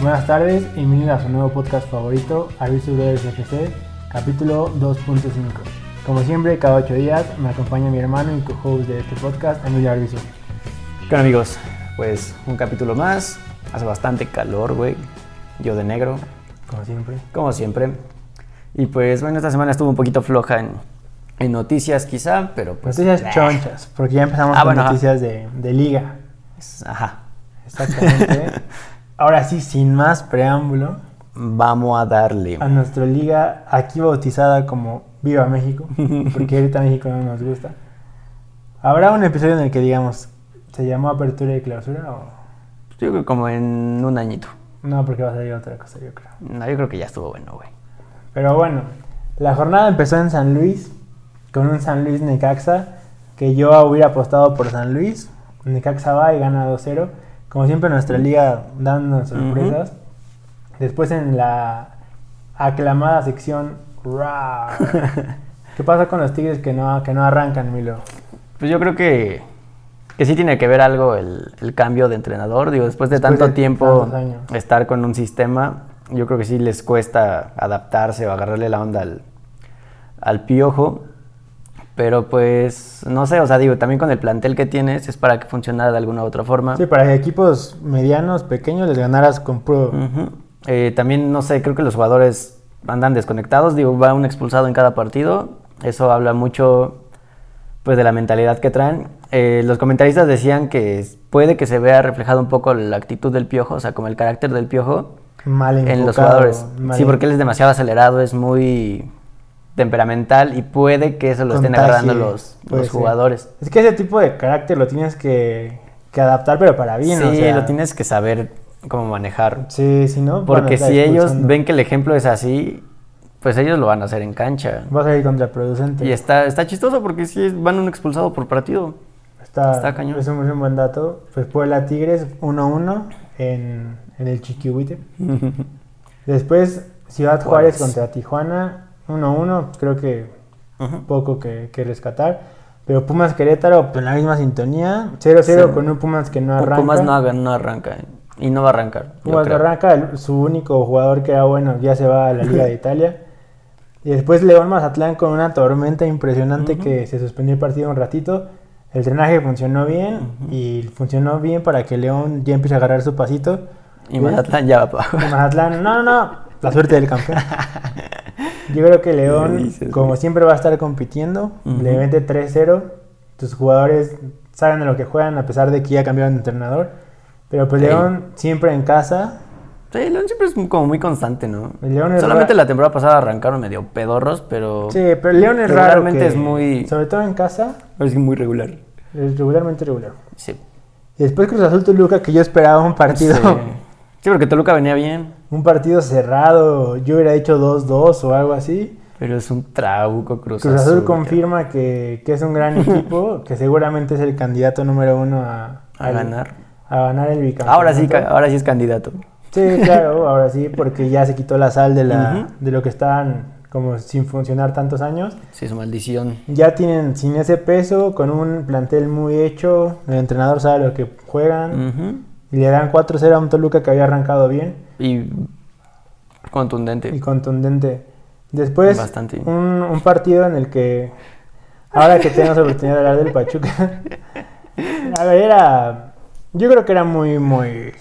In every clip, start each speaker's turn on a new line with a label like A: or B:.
A: Buenas tardes y bienvenidos a su nuevo podcast favorito, Arbisu Brothers FC, capítulo 2.5. Como siempre, cada 8 días me acompaña mi hermano y co-host de este podcast, Emilio Arbizu.
B: ¿Qué onda, amigos? Pues un capítulo más. Hace bastante calor, güey. Yo de negro,
A: Como siempre.
B: como siempre. Y pues bueno, esta semana estuvo un poquito floja en, en noticias quizá, pero pues...
A: Noticias
B: bleh.
A: chonchas, porque ya empezamos
B: Ah,
A: con
B: bueno, ajá.
A: noticias de, de liga.
B: Ajá.
A: Exactamente. Ahora sí, sin más preámbulo,
B: Vamos a darle.
A: a nuestra liga aquí bautizada como Viva México, porque ahorita México no nos gusta. ¿Habrá un episodio en el que digamos, se llamó apertura y clausura o...?
B: Yo creo que como en un añito.
A: No, porque va a salir otra cosa, yo creo.
B: No, yo creo que ya estuvo bueno, güey.
A: Pero bueno, la jornada empezó en San Luis, con un San Luis Necaxa, que yo hubiera apostado por San Luis. Necaxa va y gana 2-0. Como siempre, nuestra liga dando sorpresas. Después en la aclamada sección Rar. ¿Qué pasa con los Tigres que no, que no arrancan, Milo?
B: Pues yo creo que, que sí tiene que ver algo el, el cambio de entrenador. Digo, después de
A: Después
B: tanto
A: de
B: tiempo
A: tantos años.
B: estar con un sistema, yo creo que sí les cuesta adaptarse o agarrarle la onda al, al piojo. Pero pues, no sé, o sea, digo, también con el plantel que tienes es para que funcionara de alguna u otra forma.
A: Sí, para equipos medianos, pequeños, les ganaras con puro.
B: Ujú. Eh, también, no sé, creo que los jugadores andan desconectados, digo, va un expulsado en cada partido, eso habla mucho pues de la mentalidad que traen. Eh, los comentaristas decían que es- puede que se vea reflejado un poco la actitud del piojo, o sea, como el carácter del piojo
A: Mal
B: en los
A: enfocado,
B: jugadores.
A: mal
B: Sí, porque él es demasiado acelerado, es muy temperamental y puede que eso lo estén
A: Contagie,
B: agarrando los,
A: puede
B: los
A: ser.
B: jugadores.
A: Es que ese tipo de carácter lo tienes que, que adaptar, pero para bien.
B: sí,
A: o sea,
B: lo tienes que saber cómo manejar.
A: Sí, sí, ¿no?
B: Porque
A: Van a estar
B: si ellos
A: expulsando.
B: ven que el ejemplo es así, pues ellos lo van a hacer en cancha.
A: Va a salir contraproducente.
B: Y está, está chistoso porque si van un expulsado por partido.
A: está,
B: está cañón.
A: Es un, es un buen dato. Pues Puebla Tigres 1-1 en, en el Chiquihuite. Después Ciudad Juárez
B: Juárez.
A: contra Tijuana 1-1. Creo que
B: Ujú.
A: poco que, que rescatar. Pero Pumas Querétaro pues, en la misma sintonía. 0-0
B: Sí.
A: con un Pumas que no
B: Poco
A: arranca.
B: más no, haga- no arranca. eh. Y no va a arrancar. yo
A: Cuando
B: creo.
A: arranca, el- su único jugador que era bueno ya se va a la Liga de Italia. Y después León Mazatlán con una tormenta impresionante que se suspendió el partido un ratito. El drenaje funcionó bien y funcionó bien para que León ya empiece a agarrar su pasito.
B: Y Mazatlán ya va para
A: Y
B: abajo.
A: Mazatlán, no, no, no, la suerte del campeón. Yo creo que
B: ¿Qué
A: León,
B: dices,
A: como siempre, va a estar compitiendo. Le mete 3-0. Tus jugadores saben a lo que juegan a pesar de que ya cambiaron de entrenador. Pero pues
B: Sí.
A: León siempre en casa,
B: Sí, León siempre es como muy constante, ¿no?
A: El León es
B: Solamente
A: raro.
B: la temporada pasada arrancaron medio pedorros, pero.
A: Sí, pero León es raro.
B: Regularmente
A: que-
B: es muy-
A: Sobre todo en casa,
B: Es muy regular.
A: es regularmente regular.
B: Sí.
A: Y después Cruz Azul Toluca, que yo esperaba un partido.
B: Sí. Sí, porque Toluca venía bien.
A: Un partido cerrado, yo hubiera dicho 2-2 o algo así.
B: Pero es un trabuco Cruz,
A: Cruz Azul
B: Azul,
A: confirma que, que es un gran equipo, que seguramente es el candidato número uno a,
B: A
A: al-
B: ganar.
A: a ganar el bicampeonato.
B: Ahora sí, ca- ahora sí es candidato.
A: Sí, claro, ahora sí, porque ya se quitó la sal de, la,
B: Ujú.
A: de lo que estaban como sin funcionar tantos años.
B: Sí, su maldición.
A: Ya tienen sin ese peso, con un plantel muy hecho, el entrenador sabe lo que juegan
B: Ujú.
A: y le dan 4-0 a un Toluca que había arrancado bien
B: Y
A: y
B: contundente.
A: contundente. Después,
B: Bastante.
A: Un, un partido en el que, ahora que tenemos oportunidad de hablar del Pachuca, a ver, era, yo creo que era muy, muy,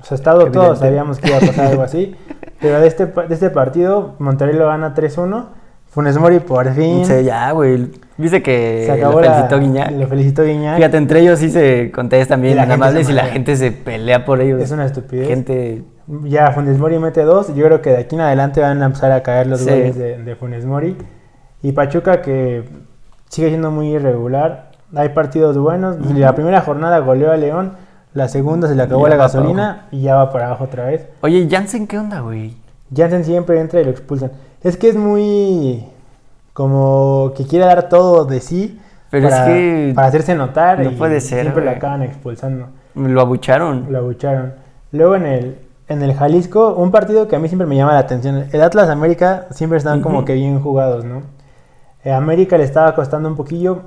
A: o sea, estado todos
B: Evidente.
A: sabíamos que iba a pasar algo así, pero de este, pa- de este partido, Monterrey lo gana 3-1, Funes Mori por fin.
B: Sí, ya, güey. Dice que
A: Se acabó
B: lo
A: la-
B: felicitó Guiñac.
A: Lo felicitó Guiñac.
B: Fíjate, entre ellos sí se contestan
A: Y
B: bien
A: la gente
B: amables
A: se
B: y la
A: madrea.
B: gente se pelea por ellos.
A: Es una estupidez.
B: Gente...
A: Ya Funes Mori mete dos. Yo creo que de aquí en adelante van a empezar a caer los
B: Sí.
A: goles de, de Funes Mori. Y Pachuca que sigue siendo muy irregular. Hay partidos buenos. La primera jornada goleó a León. La segunda se le acabó
B: Y
A: la
B: ya va para
A: gasolina y ya va para abajo otra vez.
B: Oye, Jansen, ¿qué onda, güey?
A: Jansen siempre entra y lo expulsan. Es que es muy como que quiere dar todo de sí
B: Pero es
A: para,
B: que
A: para hacerse notar.
B: no
A: y
B: puede ser,
A: Siempre lo
B: güey.
A: acaban expulsando.
B: Lo abucharon.
A: Lo abucharon. Luego en el, en el Jalisco, un partido que a mí siempre me llama la atención. El Atlas América siempre están como que bien jugados, ¿no? Eh, América le estaba costando un poquillo.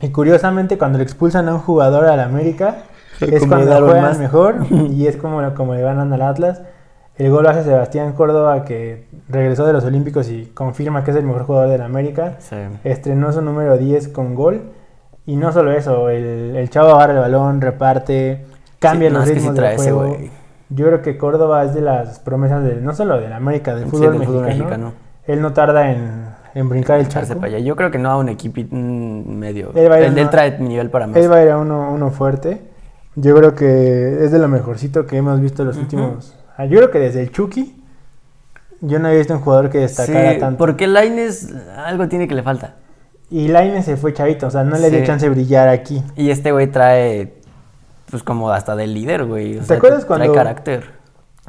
A: Y curiosamente, cuando le expulsan a un jugador al América,
B: Se
A: es cuando
B: acomodaron
A: juegan
B: más.
A: mejor y es como, como le ganan al Atlas. El gol lo hace Sebastián Córdoba, que regresó de los Olímpicos y confirma que es el mejor jugador de la América.
B: Sí.
A: Estrenó su número 10 con gol. Y no solo eso, el, el chavo agarra el balón, reparte, cambia
B: Sí, no,
A: los
B: es que sí
A: ritmos
B: trae
A: del
B: ese
A: juego.
B: güey.
A: Yo creo que Córdoba es de las promesas del, no solo del América, del
B: Sí,
A: fútbol,
B: del
A: mexicano.
B: fútbol mexicano.
A: Él no tarda en, en brincar el
B: Echarse
A: charco.
B: para allá. Yo creo que no a un equipo medio.
A: Él va a ir
B: Él,
A: a
B: él
A: una-
B: trae nivel para más.
A: Él va a ir a uno, uno fuerte. Yo creo que es de lo mejorcito que hemos visto los últimos. Ah, Yo creo que desde el Chucky, yo no había visto un jugador que destacara
B: Sí,
A: tanto.
B: porque Laines algo tiene que le falta.
A: Y Laine se fue chavito, o sea, no le dio
B: Sí.
A: chance de brillar aquí.
B: Y este güey trae, pues como hasta del líder, güey. O
A: ¿Te
B: sea,
A: acuerdas cuando-
B: Trae carácter.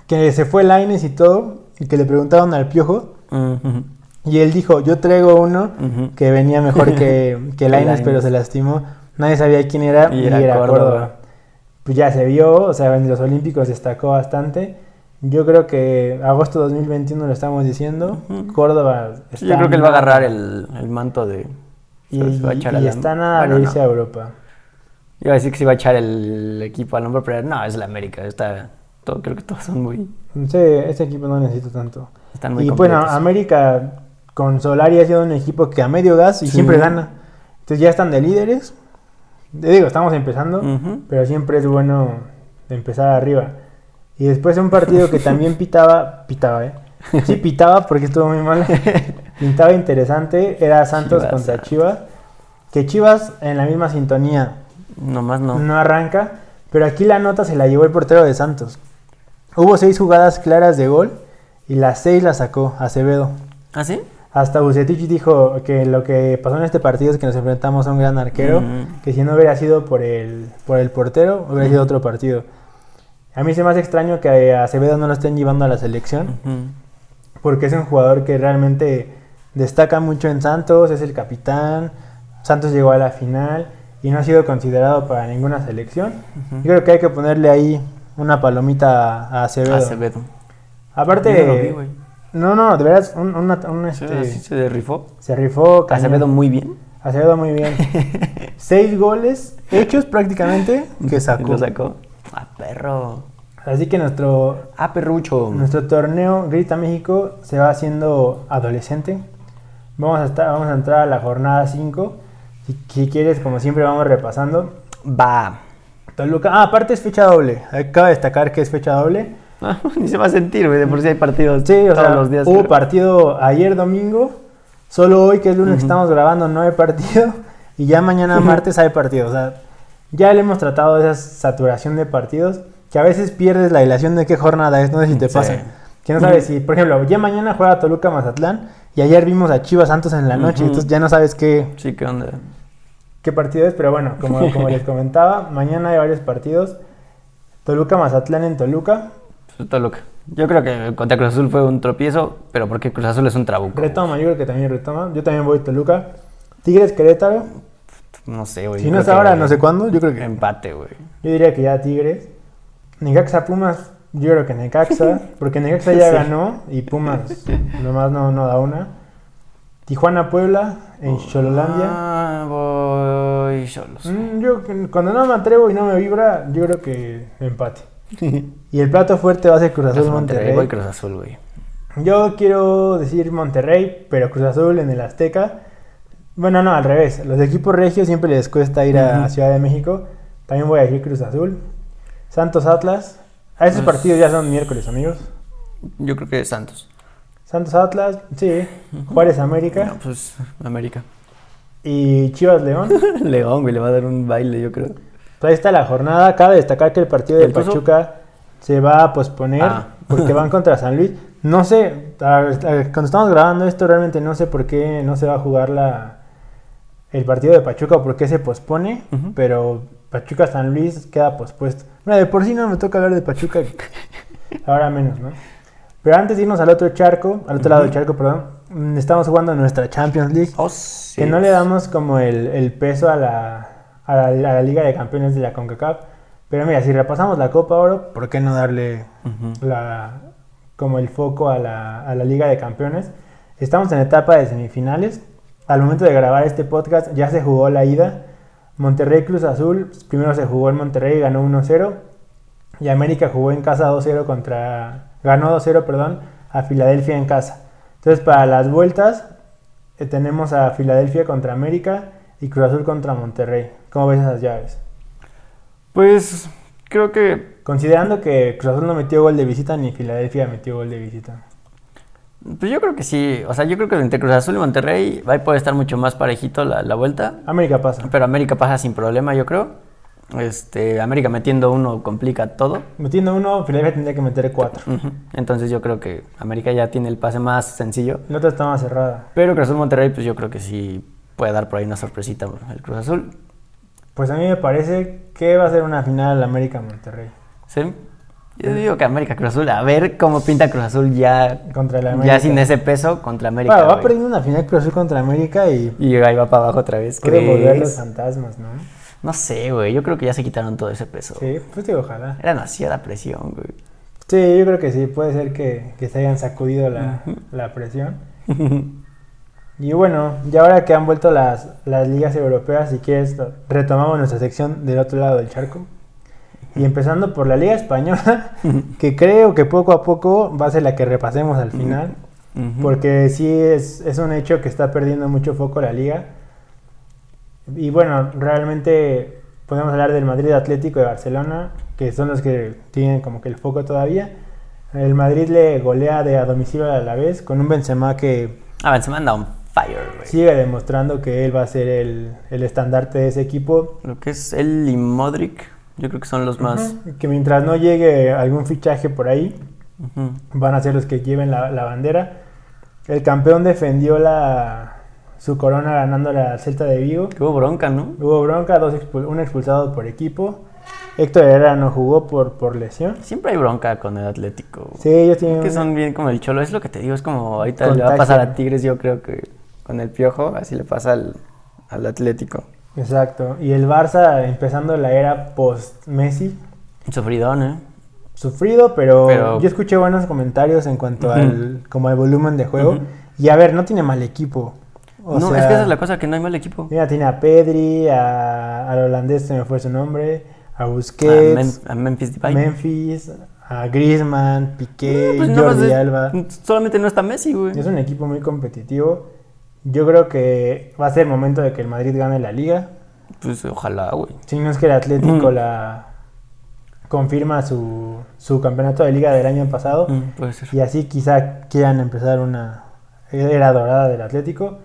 A: Que se fue Laines y todo, y que le preguntaron al piojo,
B: Ujú.
A: y él dijo: Yo traigo uno
B: Ujú.
A: que venía mejor que, que Laines,
B: Lainez.
A: pero se lastimó. Nadie sabía quién era, y, era, Córdoba. Pues ya se vio, o sea, en los Olímpicos destacó bastante. Yo creo que agosto 2021 lo estamos diciendo.
B: Ujú.
A: Córdoba
B: Sí, Yo creo que él va a agarrar el, el manto de.
A: Y,
B: se va a echar
A: y
B: a la-
A: está nada
B: Bueno,
A: de
B: no.
A: irse a Europa.
B: Iba a decir que se iba a echar el equipo al hombro, pero no, es la América. Está, todo, creo que todos son muy.
A: Este, este equipo no necesita tanto.
B: Están muy
A: y pues, bueno,
B: completos.
A: América con Solari ha sido un equipo que a medio gas y
B: Sí.
A: siempre gana. Entonces ya están de líderes. Te digo, estamos empezando,
B: Ujú.
A: pero siempre es bueno empezar arriba. Y después un partido que también pitaba, pitaba, ¿eh? Sí, pitaba porque estuvo muy mal. Pintaba interesante, era Santos
B: Chivas, ah.
A: contra
B: Santos.
A: Chivas. Que Chivas en la misma sintonía,
B: Nomás no.
A: no arranca. Pero aquí la nota se la llevó el portero de Santos. Hubo seis jugadas claras de gol y las seis las sacó Acevedo.
B: ¿Ah, sí?
A: Hasta Bucetich dijo que lo que pasó en este partido es que nos enfrentamos a un gran arquero,
B: Mm.
A: que si no hubiera sido por el, por el portero, hubiera sido otro partido. A mí se me hace extraño que a Acevedo no lo estén llevando a la selección,
B: Ujú.
A: porque es un jugador que realmente destaca mucho en Santos, es el capitán, Santos llegó a la final y no ha sido considerado para ninguna selección. Yo creo que hay que ponerle ahí una palomita a Acevedo.
B: Acevedo.
A: Aparte,
B: Yo no lo vi, güey.
A: no, no, de veras, un, una- un,
B: Sí,
A: este,
B: así se rifó.
A: se rifó. cañón.
B: Acevedo muy bien.
A: Acevedo muy bien. Seis goles hechos prácticamente que sacó.
B: Lo sacó. Ah, perro.
A: Así que nuestro
B: Ah, perrucho.
A: Nuestro torneo Grita México se va haciendo adolescente. Vamos a, estar, vamos a entrar a la jornada 5. Si, si quieres, como siempre, vamos repasando.
B: Va.
A: Toluca. Ah, aparte es fecha doble. Acaba de destacar que es fecha doble.
B: No, ni se va a sentir, güey. De por si hay partidos
A: Sí, o
B: todos
A: sea,
B: los días.
A: hubo
B: creo.
A: partido ayer domingo. Solo hoy, que es lunes, que estamos grabando, no hay partido. Y ya mañana martes hay partido. O sea, ya le hemos tratado esa saturación de partidos. Que a veces pierdes la ilación de qué jornada es. No sé si te
B: Sí.
A: pasa. Que no sabes si, por ejemplo, ya mañana juega Toluca Mazatlán. Y ayer vimos a Chivas Santos en la noche.
B: Ujú.
A: Entonces ya no sabes qué,
B: Sí, ¿qué onda?
A: qué partido es. Pero bueno, como, como les comentaba, mañana hay varios partidos. Toluca Mazatlán en Toluca.
B: Pues, Está loca. Yo creo que contra Cruz Azul fue un tropiezo, pero porque Cruz Azul es un trabuco.
A: Retoma, yo creo que también retoma. Yo también voy Toluca. Tigres Querétaro.
B: No sé, güey.
A: Si
B: yo
A: no
B: creo
A: es ahora,
B: que
A: no sé cuándo. Yo creo que.
B: Empate, güey.
A: Yo diría que ya Tigres. Necaxa Pumas. Yo creo que Necaxa. Porque Necaxa ya
B: Sí.
A: ganó y Pumas nomás no, no da una. Tijuana Puebla en Chololandia.
B: Ah, voy solos.
A: Mm, yo cuando no me atrevo y no me vibra, yo creo que empate. Y el plato fuerte va a ser Cruz
B: Cruz
A: Azul
B: Monterrey.
A: Monterrey.
B: Voy Cruz Azul, güey.
A: Yo quiero decir Monterrey, pero Cruz Azul en el Azteca. Bueno, no, al revés. Los equipos regios siempre les cuesta ir a
B: Ujú.
A: Ciudad de México. También voy a decir Cruz Azul. Santos Atlas. A esos
B: Pues-
A: partidos ya son miércoles, amigos.
B: Yo creo que Santos.
A: Santos Atlas, sí. Juárez América.
B: No, pues América.
A: Y Chivas León. Pues
B: León, güey, le va a dar un baile, yo creo.
A: ahí está la jornada. Cabe destacar que el partido de
B: ¿El Tuzo?
A: Pachuca se va a posponer
B: Ah.
A: porque van contra San Luis. No sé, a- a- cuando estamos grabando esto realmente no sé por qué no se va a jugar la, el partido de Pachuca o por qué se pospone,
B: Ujú.
A: pero Pachuca San Luis queda pospuesto. Mira, de por sí no me toca hablar de Pachuca, ahora menos, ¿no? Pero antes de irnos al otro charco, al otro lado del charco, perdón, mm, estamos jugando nuestra Champions League.
B: Oh, sí.
A: Que no le damos como el, el peso a la, a, la, a la Liga de Campeones de la CONCACAF. Pero mira, si repasamos la Copa Oro, ¿por qué no darle
B: Ujú.
A: la, como el foco a la, a la Liga de Campeones? Estamos en etapa de semifinales. Al momento de grabar este podcast ya se jugó la ida. Monterrey Cruz Azul, primero se jugó en Monterrey y ganó 1-0. Y América jugó en casa 2-0 contra ganó 2-0, perdón, a Filadelfia en casa. Entonces, para las vueltas, eh, tenemos a Filadelfia contra América y Cruz Azul contra Monterrey. ¿Cómo ves esas llaves?
B: Pues creo que
A: Considerando que Cruz Azul no metió gol de visita ni Filadelfia metió gol de visita.
B: Pues yo creo que sí, o sea, yo creo que entre Cruz Azul y Monterrey ahí puede estar mucho más parejito la, la vuelta,
A: América pasa.
B: pero América pasa sin problema, yo creo. Este, América metiendo uno complica todo.
A: Metiendo uno, Filadelfia tendría que meter cuatro.
B: Ujú. Entonces yo creo que América ya tiene el pase más sencillo.
A: La otra está más cerrada.
B: Pero Cruz Azul Monterrey, pues yo creo que sí puede dar por ahí una sorpresita el Cruz Azul.
A: Pues a mí me parece que va a ser una final América-Monterrey.
B: ¿Sí? Yo digo que América Cruz Azul, a ver cómo pinta Cruz Azul ya,
A: Contra la América.
B: ya sin ese peso contra América.
A: Bueno, va
B: güey.
A: perdiendo una final Cruz Azul contra América y
B: y ahí va para abajo otra vez.
A: puede volver los
B: ¿crees?
A: fantasmas, ¿no?
B: No sé, güey. Yo creo que ya se quitaron todo ese peso.
A: Sí, pues sí, ojalá.
B: Era demasiada presión,
A: Sí, yo creo que sí, puede ser que, que se hayan sacudido la, la presión.
B: güey.
A: Y bueno, ya ahora que han vuelto las, las ligas europeas, si quieres, lo- retomamos nuestra sección del otro lado del charco. Y empezando por la Liga Española, que creo que poco a poco va a ser la que repasemos al final, porque sí es, es un hecho que está perdiendo mucho foco la liga. Y bueno, realmente podemos hablar del Madrid Atlético de Barcelona, que son los que tienen como que el foco todavía. El Madrid le golea de a domicilio a la vez, con un Benzema que
B: A ver, Ah, se manda un fire, güey.
A: Pues sigue demostrando que él va a ser el, el estandarte de ese equipo.
B: Lo que es él y Modric, yo creo que son los más.
A: Que mientras no llegue algún fichaje por ahí,
B: Ujú.
A: van a ser los que lleven la, la bandera. El campeón defendió la, su corona ganando la Celta de Vigo.
B: Que hubo bronca, ¿no?
A: Hubo bronca, dos expul- un expulsado por equipo. Héctor Herrera no jugó por, por lesión.
B: Siempre hay bronca con el Atlético. güey.
A: Sí, ellos tienen
B: Que
A: una-
B: son bien como el cholo. Es lo que te digo, es como ahorita le va
A: Contagio.
B: a pasar a Tigres, yo creo que con el piojo, así le pasa al, al Atlético.
A: Exacto. Y el Barça empezando la era post-Messi.
B: Sufridón, ¿eh?
A: sufrido, pero,
B: Pero-
A: yo escuché buenos comentarios en cuanto al como al volumen de juego. Y a ver, no tiene mal equipo. O
B: no,
A: sea,
B: es que esa es la cosa, que no hay mal equipo.
A: Mira, tiene a Pedri, a, al holandés, se me fue su nombre, a
B: A,
A: Busquets,
B: Mem- a Memphis
A: a
B: Depay.
A: Memphis, a Griezmann, Piqué,
B: Ah, No, pues nada más
A: Eh, Jordi
B: es-
A: Alba.
B: Solamente no está Messi, güey.
A: Es un equipo muy competitivo. Yo creo que va a ser el momento de que el Madrid gane la liga.
B: Pues ojalá, güey.
A: Si no es que el Atlético
B: Ujú.
A: la confirma su, su campeonato de liga del año pasado.
B: Mm, puede ser.
A: Y así quizá quieran empezar una era dorada del Atlético,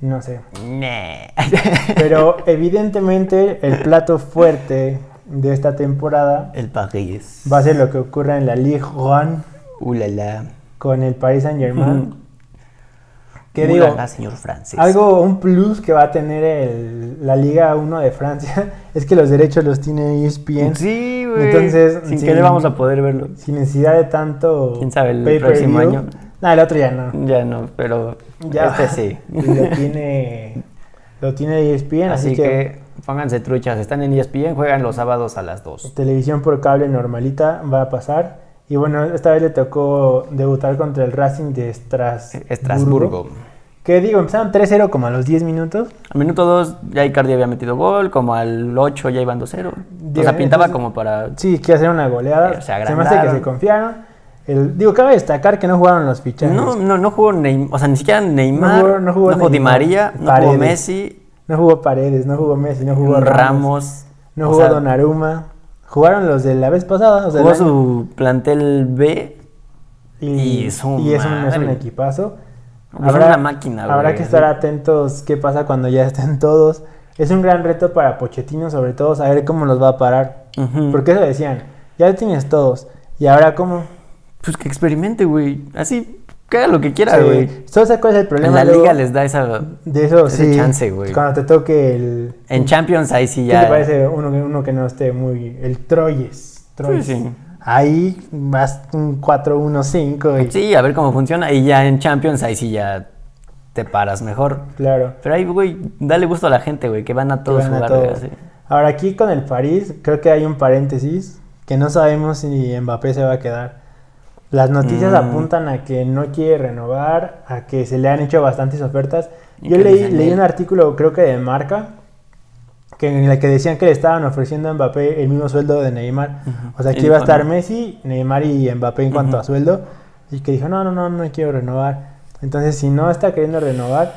A: no sé.
B: Nah.
A: Pero evidentemente el plato fuerte de esta temporada
B: El París.
A: va a ser lo que ocurra en la Ligue 1
B: Uh, la, la.
A: con el Paris Saint Germain.
B: Ujú.
A: Que
B: Uh,
A: digo,
B: la, la, señor Francis.
A: algo, un plus que va a tener el- la Liga 1 de Francia es que los derechos los tiene E ESPN.
B: Sí, güey.
A: Entonces,
B: sin
A: sí.
B: que le vamos a poder verlo.
A: Sin necesidad de tanto.
B: ¿Quién sabe el
A: pay-per-view.
B: próximo año?
A: No, el otro ya no.
B: Ya no, pero
A: Ya.
B: este sí.
A: lo tiene. Lo tiene E ESPN,
B: Así,
A: así,
B: que... pónganse truchas. Están en E ESPN, juegan los sábados a las 2.
A: Televisión por cable normalita va a pasar. Y bueno, esta vez le tocó debutar contra el Racing de Estras-
B: Estrasburgo.
A: Que digo, empezaron 3-0 como a los 10 minutos.
B: Al minuto 2 ya Icardi había metido gol, como al 8 ya iban 2-0. O
A: Digo,
B: sea, pintaba
A: entonces-
B: como para...
A: Sí, que hacer una goleada.
B: Pero se
A: Se me hace que
B: Eh, agrandaron.
A: se confiaron. El- digo, cabe destacar que no jugaron los fichajes.
B: No, no, no jugó Neymar, o sea, ni siquiera Neymar,
A: No jugó- no jugó
B: Di
A: Neymar,
B: María, no
A: Paredes,
B: jugó Messi,
A: No jugó Paredes, no jugó Messi, no jugó
B: jugó
A: Ramos,
B: Ramos,
A: no
B: o
A: jugó
B: sea,
A: Donnarumma. Jugaron los de la vez pasada. o sea,
B: jugó
A: el año-
B: su plantel B.
A: Y,
B: Y su
A: y es, un, es un
B: madre.
A: equipazo.
B: Es una máquina, güey.
A: Habrá que estar atentos qué pasa cuando ya estén todos. Es un gran reto para Pochettino, sobre todo, saber cómo los va a parar.
B: Ujú.
A: Porque eso decían, ya tienes todos. Y ahora cómo.
B: Pues que experimente, güey. Así, que haga lo que quiera,
A: Sí,
B: güey.
A: ¿Sabes cuál es el problema?
B: En la
A: luego?
B: liga les da esa...
A: De eso
B: ese
A: sí.
B: chance, güey.
A: Cuando te toque el...
B: En Champions ahí sí
A: ¿Qué
B: ya...
A: te parece uno, que- uno que no esté muy... El Troyes. Troyes.
B: sí.
A: Ahí vas un 4-1-5 y...
B: Sí, a ver cómo funciona. Y ya en Champions ahí sí ya te paras mejor.
A: Claro.
B: Pero ahí, güey, dale gusto a la gente, güey, que van a todos
A: Que van a
B: jugar.
A: todos.
B: güey, así.
A: Ahora aquí con el París, creo que hay un paréntesis que no sabemos si Mbappé se va a quedar. Las noticias
B: Mm.
A: apuntan a que no quiere renovar, a que se le han hecho bastantes ofertas.
B: ¿Y
A: Yo
B: qué
A: leí,
B: dicen de
A: leí
B: él?
A: un artículo, creo que de Marca, que en la que decían que le estaban ofreciendo a Mbappé el mismo sueldo de Neymar.
B: Ujú.
A: O sea, que
B: Y
A: iba a
B: con-
A: estar Messi, Neymar y Mbappé en cuanto a
B: Ujú.
A: sueldo. Y que dijo, no, no, no, no quiero renovar. Entonces, si no está queriendo renovar,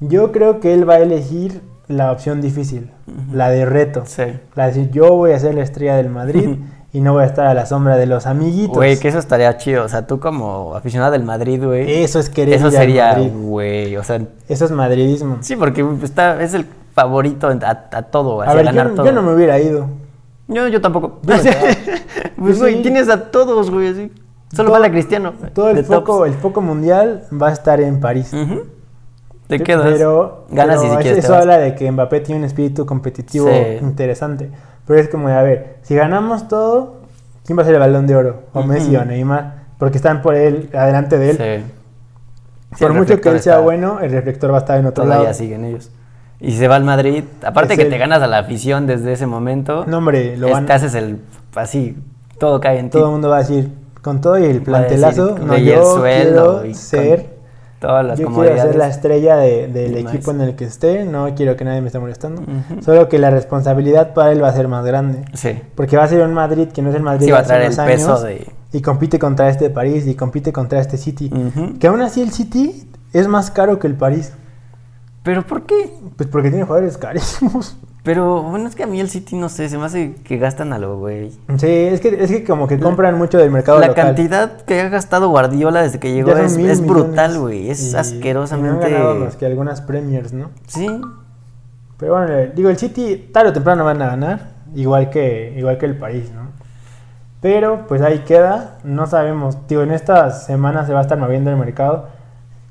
A: yo creo que él va a elegir la opción difícil,
B: Ujú.
A: la de reto.
B: Sí.
A: La de decir, yo voy a ser la estrella del Madrid
B: Ujú.
A: y no voy a estar a la sombra de los amiguitos.
B: Güey, que eso estaría chido. O sea, tú como aficionado del Madrid, güey.
A: Eso es querer
B: Eso
A: ir al
B: sería,
A: Madrid.
B: güey. O sea,
A: Eso es madridismo.
B: sí, porque está, es el favorito en- a, a todo,
A: a
B: hacia
A: ver,
B: ganar
A: yo,
B: todo.
A: yo no me hubiera ido.
B: Yo, yo tampoco.
A: Yo me quedaba.
B: pues, güey,
A: Sí.
B: tienes a todos, güey, así. Solo
A: Todo-
B: vale a Cristiano.
A: Todo
B: de
A: el
B: tops.
A: foco, el foco mundial va a estar en París.
B: Ujú. Te
A: Pe-
B: quedas.
A: Pero,
B: Ganas
A: pero
B: y si quieres te
A: eso
B: vas.
A: habla de que Mbappé tiene un espíritu competitivo
B: Sí.
A: interesante. Pero es como, de, a ver, si ganamos todo, ¿quién va a ser el balón de oro? ¿O Messi
B: Ujú.
A: o Neymar? Porque están por él, adelante de él.
B: Sí. Sí,
A: por
B: el
A: mucho que
B: reflector
A: él sea
B: está-
A: bueno, el reflector va a estar en otro
B: Todavía
A: lado.
B: siguen ellos. Y si se va al Madrid, aparte
A: Es
B: que
A: el-
B: te ganas a la afición desde ese momento,
A: No, hombre, lo
B: es-
A: van,
B: te haces el así, todo cae en ti.
A: todo el mundo va a decir, con todo y el
B: Va a decir,
A: plantelazo, no,
B: "Güey, el
A: yo
B: sueldo y
A: quiero
B: con
A: ser...
B: Todas las
A: Yo quiero
B: comodidades.
A: ser la estrella de- del
B: Nice.
A: equipo en el que esté, no quiero que nadie me esté molestando.
B: Ujú.
A: Solo que la responsabilidad para él va a ser más grande.
B: Sí.
A: Porque va a ser un Madrid que no es el Madrid
B: Sí,
A: de
B: va a
A: hace
B: traer el
A: unos
B: peso
A: años,
B: de.
A: Y compite contra este París y compite contra este City.
B: Ujú.
A: Que aún así el City es más caro que el París.
B: Pero ¿por qué?
A: Pues porque tiene jugadores carísimos.
B: Pero bueno, es que a mí el City no sé, se me hace que gastan a lo güey.
A: Sí, es que, es que como que compran mucho del mercado
B: la
A: local.
B: cantidad que ha gastado Guardiola desde que
A: Ya
B: llegó
A: son
B: es,
A: mil
B: es brutal,
A: millones.
B: güey. Es
A: Y- y No
B: asquerosamente.
A: han ganado más que algunas Premiers, ¿no?
B: Sí.
A: Pero bueno, eh, digo, el City tarde o temprano van a ganar, igual que, igual que el París, ¿no? Pero pues ahí queda, no sabemos, digo, en estas semanas se va a estar moviendo el mercado.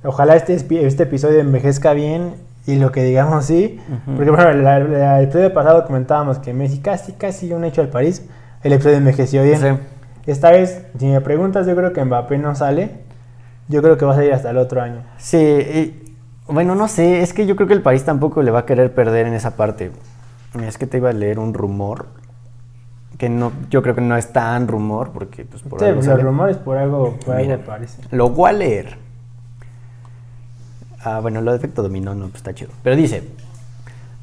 A: Ojalá este, espi- este episodio envejezca bien y lo que digamos sí,
B: Ujú.
A: porque bueno, la- la- el episodio pasado comentábamos que Messi casi, casi un hecho al París, el episodio envejeció bien.
B: Sí.
A: Esta vez, si me preguntas, yo creo que Mbappé no sale, yo creo que va a salir hasta el otro año.
B: Sí, y- bueno, no sé, es que yo creo que el país tampoco le va a querer perder en esa parte. Es que te iba a leer un rumor que no, yo creo que no es tan rumor porque pues por
A: Sí,
B: algo
A: los
B: sale.
A: rumores por algo, por algo
B: Mira,
A: parece.
B: Lo voy a leer. Ah, bueno, lo de efecto dominó, no, pues está chido. Pero dice,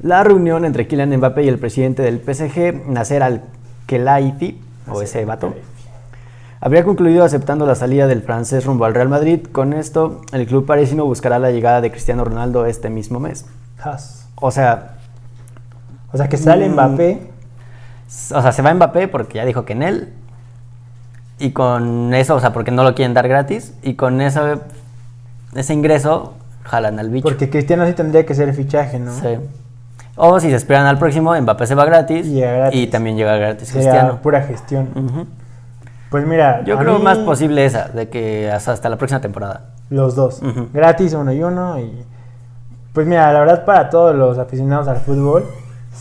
B: la reunión entre Kylian Mbappé y el presidente del PSG, Nasser Al-Khelaifi, o ese vato, habría concluido aceptando la salida del francés rumbo al Real Madrid. Con esto, el club parisino buscará la llegada de Cristiano Ronaldo este mismo mes.
A: Haas.
B: O sea,
A: O sea, que sale
B: Mm.
A: Mbappé.
B: s- o sea, se va Mbappé porque ya dijo que en él. Y con eso, o sea, porque no lo quieren dar gratis. Y con eso, ese ingreso, jalan al bicho.
A: Porque Cristiano sí tendría que ser fichaje, ¿no?
B: Sí. O si se esperan al próximo, Mbappé se va gratis.
A: Llega gratis.
B: Y también llega gratis
A: Sería
B: Cristiano.
A: pura gestión.
B: Ujú.
A: Pues mira,
B: Yo
A: a
B: creo
A: mí,
B: más posible esa, de que hasta, hasta la próxima temporada.
A: Los dos.
B: Ujú.
A: Gratis, uno y uno. Y... Pues mira, la verdad, para todos los aficionados al fútbol,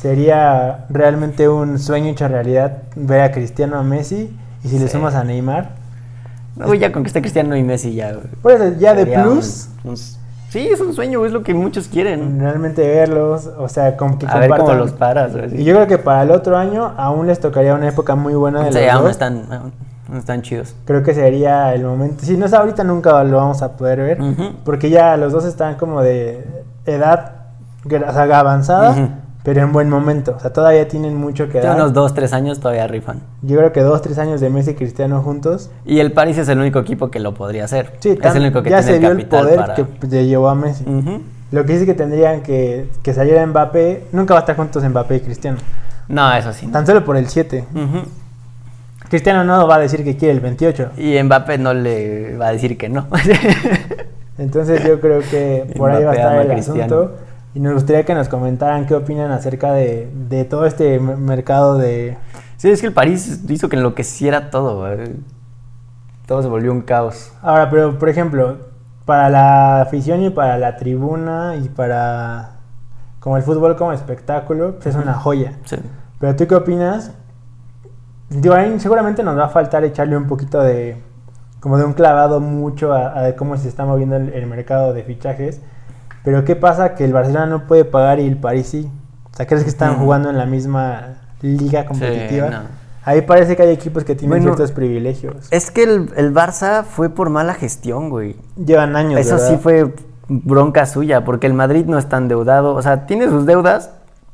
A: sería realmente un sueño hecho realidad ver a Cristiano a Messi. Y si le
B: Sí.
A: sumas a Neymar.
B: No, güey, ya con que esté Cristiano y Messi ya. güey.
A: Por eso, ya de
B: Sería
A: plus, Mm,
B: un- un- sí, es un sueño, güey, es lo que muchos quieren.
A: realmente verlos. O sea, como que
B: A ver cómo
A: compartan.
B: los paras. güey.
A: Y yo creo que para el otro año aún les tocaría una época muy buena de
B: Sí,
A: los
B: aún
A: dos.
B: están, aún- aún están chidos.
A: Creo que sería el momento. Si no es ahorita, nunca lo vamos a poder ver.
B: Ujú.
A: Porque ya los dos están como de edad gra- o sea, avanzada,
B: Ujú.
A: pero en buen momento. O sea, todavía tienen mucho que
B: Tiene
A: dar.
B: unos 2, 3 años todavía rifan.
A: Yo creo que dos, tres años de Messi y Cristiano juntos.
B: Y el París es el único equipo que lo podría hacer.
A: Sí,
B: es
A: tam-
B: el único que
A: ya
B: tiene
A: se vio el
B: capital
A: poder
B: para.
A: que le llevó a Messi.
B: Ujú.
A: Lo que dice que tendrían que, que saliera Mbappé. Nunca va a estar juntos Mbappé y Cristiano.
B: No, eso sí. no.
A: Tan solo por el 7.
B: Ujú.
A: Cristiano no va a decir que quiere el 28.
B: Y Mbappé no le va a decir que no.
A: Entonces yo creo que por ahí va a
B: Mbappé
A: estar
B: ama
A: el
B: a Cristiano.
A: asunto. Y nos gustaría que nos comentaran qué opinan acerca de, de todo este m- mercado de...
B: sí, es que el París hizo que enloqueciera todo. güey. Todo se volvió un caos.
A: Ahora, pero por ejemplo, para la afición y para la tribuna y para... Como el fútbol como espectáculo, pues es una joya.
B: Sí.
A: Pero tú qué opinas? Digo, ahí seguramente nos va a faltar echarle un poquito de... Como de un clavado mucho a, a cómo se está moviendo el, el mercado de fichajes. Pero ¿qué pasa que el Barcelona no puede pagar y el París sí? O sea, ¿crees que están
B: Ujú.
A: jugando en la misma liga competitiva?
B: no.
A: Ahí parece que hay equipos que tienen
B: Bueno,
A: ciertos privilegios.
B: Es que el, el Barça fue por mala gestión, güey.
A: Llevan años,
B: Eso
A: ¿verdad?
B: sí fue bronca suya, porque el Madrid no está endeudado. O sea, tiene sus deudas,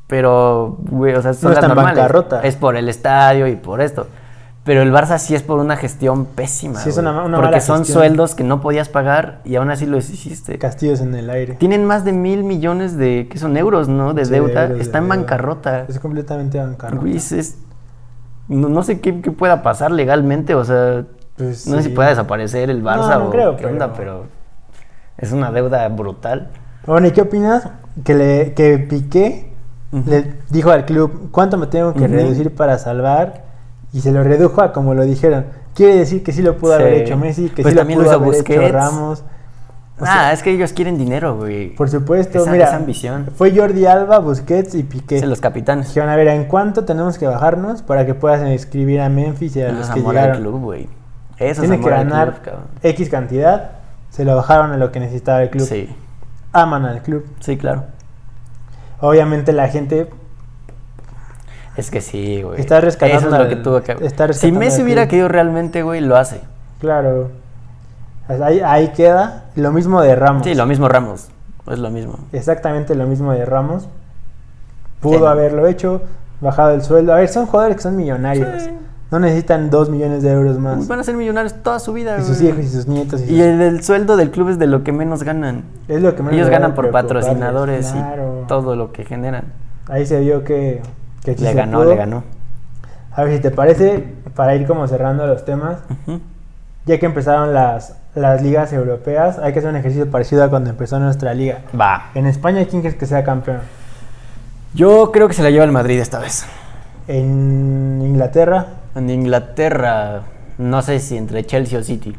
B: Pero, güey, o sea, son
A: No
B: las
A: está en
B: normales.
A: bancarrota.
B: Es por el estadio y por esto. Pero el Barça sí es por una gestión pésima.
A: Sí, es
B: güey.
A: una ma- una
B: Porque
A: mala
B: son
A: gestión.
B: sueldos que no podías pagar y aún así los hiciste.
A: Castillos en el aire.
B: Tienen más de mil millones de, que son euros, ¿no? De
A: Sí,
B: deuda.
A: euros de
B: Está en
A: deuda.
B: bancarrota.
A: Es completamente bancarrota.
B: Güey, es- es- no, no sé qué, qué pueda pasar legalmente, o sea,
A: Pues,
B: no sé si
A: sí.
B: pueda desaparecer el Barça
A: No, no
B: o
A: creo,
B: qué onda,
A: pero-
B: pero es una deuda brutal.
A: Bueno, ¿y qué opinas que le que Piqué le dijo al club cuánto me tengo que
B: Ujú.
A: reducir para salvar? Y se lo redujo a como lo dijeron. Quiere decir que sí lo pudo haber
B: Sí.
A: hecho Messi, que
B: Pues
A: sí lo
B: también
A: pudo
B: lo hizo
A: haber hecho
B: Busquets.
A: Ramos. O
B: ah, es que ellos quieren dinero, güey.
A: Por supuesto,
B: Esa-
A: mira.
B: esa ambición.
A: Fue Jordi Alba, Busquets y Piqué.
B: Es de los capitanes.
A: Dijeron, a ver, ¿en cuánto tenemos que bajarnos para que puedas inscribir a Memphis y a
B: Eso
A: los
B: Ah, es
A: que
B: amor al
A: llegaron?
B: club, güey. Eso es
A: Tiene que
B: amor al
A: ganar
B: club, cabrón.
A: X cantidad. Se lo bajaron a lo que necesitaba el club.
B: Sí,
A: Aman al club.
B: sí, claro.
A: Obviamente la gente
B: Es que sí, güey.
A: Está rescatando
B: Eso es lo
A: al-
B: que tuvo que
A: está
B: Si
A: rescatando
B: Messi
A: al
B: hubiera
A: club.
B: querido realmente, güey, lo hace.
A: Claro. Ahí, ahí queda lo mismo de Ramos.
B: Sí, lo mismo Ramos. Es lo mismo.
A: Exactamente lo mismo de Ramos. Pudo
B: Sí.
A: haberlo hecho, bajado el sueldo. A ver, son jugadores que son millonarios.
B: Sí.
A: No necesitan dos millones de euros más.
B: Van a ser millonarios toda su vida,
A: y sus
B: güey.
A: hijos y sus nietos.
B: eh, Y
A: sus-
B: el, el sueldo del club es de lo que menos ganan.
A: es lo que menos
B: Ellos
A: debería
B: ganan por
A: preocuparles,
B: patrocinadores
A: claro.
B: y todo lo que generan.
A: Ahí se vio que, que sí
B: le
A: se
B: ganó,
A: pudo.
B: le ganó.
A: A ver si te parece, para ir como cerrando los temas,
B: Ujú.
A: ya que empezaron las, las ligas europeas, hay que hacer un ejercicio parecido a cuando empezó nuestra liga.
B: Va.
A: En España, ¿quién crees que sea campeón?
B: Yo creo que se la lleva el Madrid esta vez.
A: En Inglaterra,
B: En Inglaterra, no sé si entre Chelsea o City.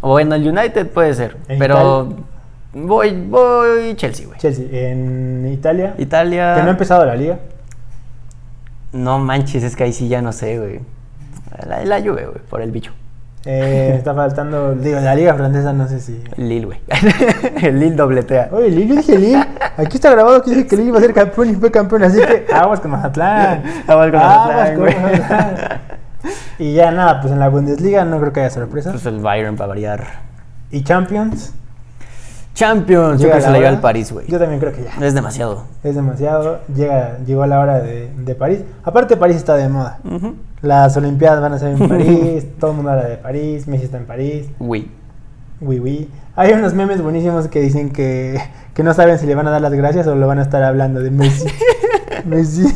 B: O en el United puede ser.
A: En
B: Pero voy, voy Chelsea, güey.
A: Chelsea, en Italia,
B: Italia.
A: que no ha empezado la liga.
B: No manches, es que ahí sí ya no sé, güey. La, la Juve, güey, por el bicho.
A: Eh, está faltando, digo, la liga francesa, no sé si.
B: El Lille, güey. el Lille dobletea.
A: Oye, Lil, yo dije Lil, aquí está grabado que dije que Lil iba a ser campeón y fue campeón, así que aguas con Mazatlán.
B: Aguas con Mazatlán,
A: con
B: güey.
A: Mazatlán. Y ya nada, pues en la Bundesliga no creo que haya sorpresas.
B: Pues el Bayern para variar.
A: Y Champions.
B: Champions, yo
A: llega
B: creo que se la
A: hora.
B: lleva el París, güey. Eh.
A: Yo también creo que ya.
B: Es demasiado.
A: Es demasiado. Llega, llegó la hora de, de París. Aparte, París está de moda. Las Olimpiadas van a ser en París. todo el mundo habla de París. Messi está en París.
B: Güey.
A: Oui, oui. Hay unos memes buenísimos que dicen que, que no saben si le van a dar las gracias o lo van a estar hablando de Messi. Messi.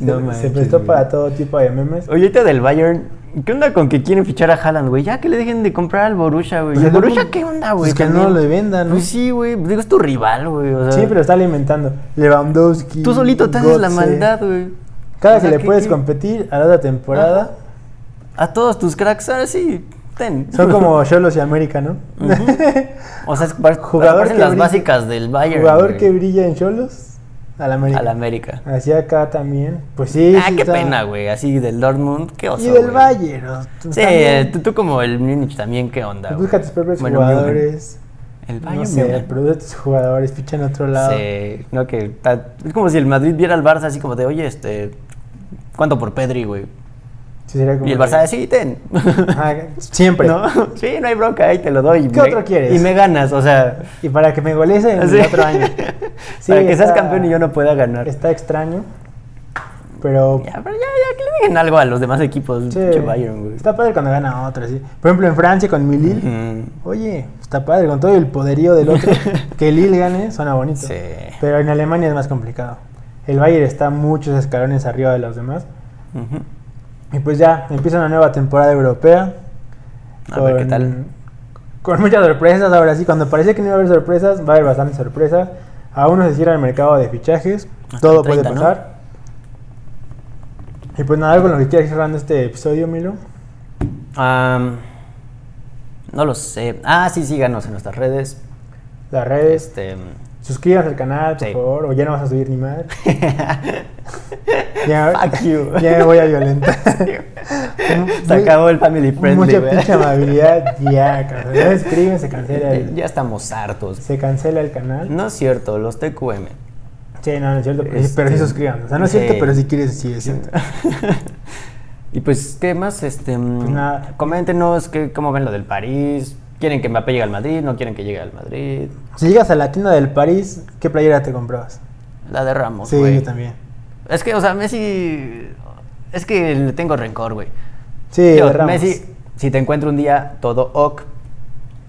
B: No
A: se, se
B: manches,
A: prestó
B: güey.
A: para todo tipo de memes.
B: Oye, ahorita del Bayern, ¿qué onda con que quieren fichar a Haaland, güey? Ya que le dejen de comprar al Borussia, güey.
A: Pues
B: ¿El
A: no,
B: Borussia qué onda, güey?
A: pues que
B: También.
A: no le vendan, ¿no?
B: Pues sí, güey. Digo, es tu rival, güey. O sea,
A: Siempre lo está alimentando. Lewandowski.
B: Tú solito te haces la
A: Götze.
B: maldad, güey.
A: Cada
B: O sea,
A: que le
B: ¿qué-
A: puedes
B: qué?
A: competir a la otra temporada,
B: A todos tus cracks, ahora sí, ten.
A: son como Cholos y América, ¿no?
B: O sea, es par-
A: Jugador
B: aparecen
A: que
B: las
A: brilla-
B: básicas del Bayern.
A: Jugador
B: güey,
A: que brilla en Cholos, al América.
B: Al América.
A: Así acá también. Pues sí.
B: ah,
A: sí
B: qué
A: está.
B: pena, güey. Así del Dortmund, qué oso.
A: Y del
B: güey.
A: Bayern. ¿no? Tú
B: Sí, eh,
A: también.
B: tú, tú como el Múnich también, qué onda. güey?
A: Busca tus propios
B: Bueno, Múnich.
A: jugadores.
B: El Bayern
A: No sé,
B: Múnich.
A: produce tus jugadores, ficha en otro lado.
B: Sí, no que ta- es como si el Madrid viera al Barça así como de, oye, este, ¿cuánto por Pedri, güey?
A: Sí, sería como
B: Y el
A: que-
B: Barça, sí, ten.
A: Ajá, pues, siempre.
B: ¿No? Sí, no hay bronca, ahí te lo doy.
A: ¿Qué otro quieres?
B: Y me ganas, o sea.
A: Y para que me golees en
B: así.
A: el otro año. Sí,
B: Para que seas
A: está-
B: campeón y yo no pueda ganar.
A: Está extraño. Pero
B: Ya, pero ya, ya, que le dejen algo a los demás equipos.
A: sí,
B: pinche Bayern, güey.
A: está padre cuando gana otro. sí. Por ejemplo, en Francia con mi Lille.
B: Ujú.
A: Oye, está padre con todo el poderío del otro. que Lille gane suena bonito.
B: Sí.
A: Pero en Alemania es más complicado. El Bayern está muchos escalones arriba de los demás.
B: Ujú.
A: Y pues ya, empieza una nueva temporada europea.
B: A ver qué tal.
A: Con muchas sorpresas, ahora sí, cuando parecía que no iba a haber sorpresas, va a haber bastantes sorpresas. Aún no se cierra el mercado de fichajes,
B: Hasta
A: todo
B: el 30,
A: puede
B: ¿no?
A: pasar. Y pues nada, con lo que quieras ir cerrando este episodio, Milo.
B: Am, no lo sé. Ah, sí, síganos en nuestras redes.
A: Las redes,
B: Este.
A: suscríbanse al canal, por
B: Sí.
A: favor, o ya no vas a subir ni madre.
B: Fuck you.
A: ya me voy a violentar.
B: Se acabó el family friendly.
A: Mucha
B: güey.
A: pinche amabilidad, ya, cabrón. Ya escriben, se cancela el,
B: Ya estamos hartos.
A: se cancela el canal.
B: No es cierto, los TQM.
A: Sí, no, no es cierto, pero, sí-
B: Este,
A: pero sí suscriban. O sea, no es
B: sí.
A: cierto, pero si quieres, sí es cierto.
B: y pues, ¿qué más? Este, mm,
A: nada.
B: Coméntenos qué- cómo ven lo del París. Quieren que Mbappé llegue al Madrid, no quieren que llegue al Madrid.
A: Si llegas a la tienda del París, ¿qué playera te comprabas?
B: La de Ramos,
A: Sí,
B: Pues, güey.
A: yo también.
B: Es que, o sea, Messi. Es que le tengo rencor, güey.
A: Sí,
B: Digo,
A: de Ramos.
B: Messi, si te encuentro un día, todo ok.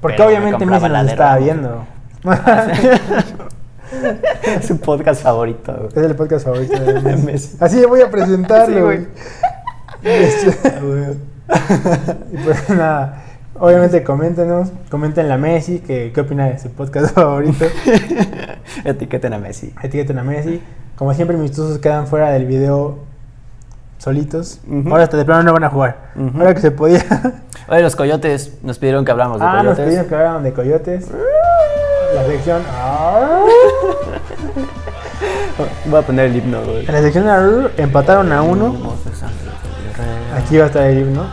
A: Porque
B: pero me
A: obviamente
B: compraba
A: Messi
B: la
A: nos
B: de
A: estaba
B: Ramos. Ah,
A: viendo.
B: es su podcast favorito, güey.
A: Es el podcast favorito de Messi.
B: Messi.
A: Así voy a presentarlo.
B: Sí, güey.
A: güey. y pues nada, obviamente coméntenos, comenten a Messi, que qué opina de su podcast favorito.
B: Etiqueten a Messi.
A: Etiqueten a Messi. Como siempre, mis tuzos quedan fuera del video solitos.
B: Ujú.
A: Ahora hasta de plano no van a jugar.
B: Ujú.
A: Ahora que se podía.
B: Oye, los coyotes. Nos pidieron que hablamos de
A: ah, nos
B: coyotes.
A: pidieron que hablaran de coyotes. La sección. ah.
B: Voy a poner el himno, güey.
A: En la sección de empataron a uno. Aquí va a estar el himno.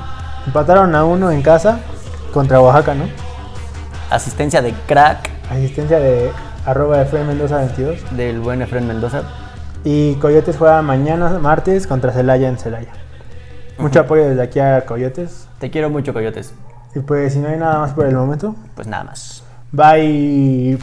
A: Empataron a uno en casa contra Oaxaca, ¿no?
B: Asistencia de crack
A: Asistencia de arroba Efraín Mendoza 22.
B: del buen Efren Mendoza.
A: Y Coyotes juega mañana, martes, contra Celaya en Celaya. Mucho apoyo desde aquí a Coyotes.
B: Te quiero mucho, coyotes.
A: Y pues si no hay nada más por el momento,
B: Pues nada más.
A: bye.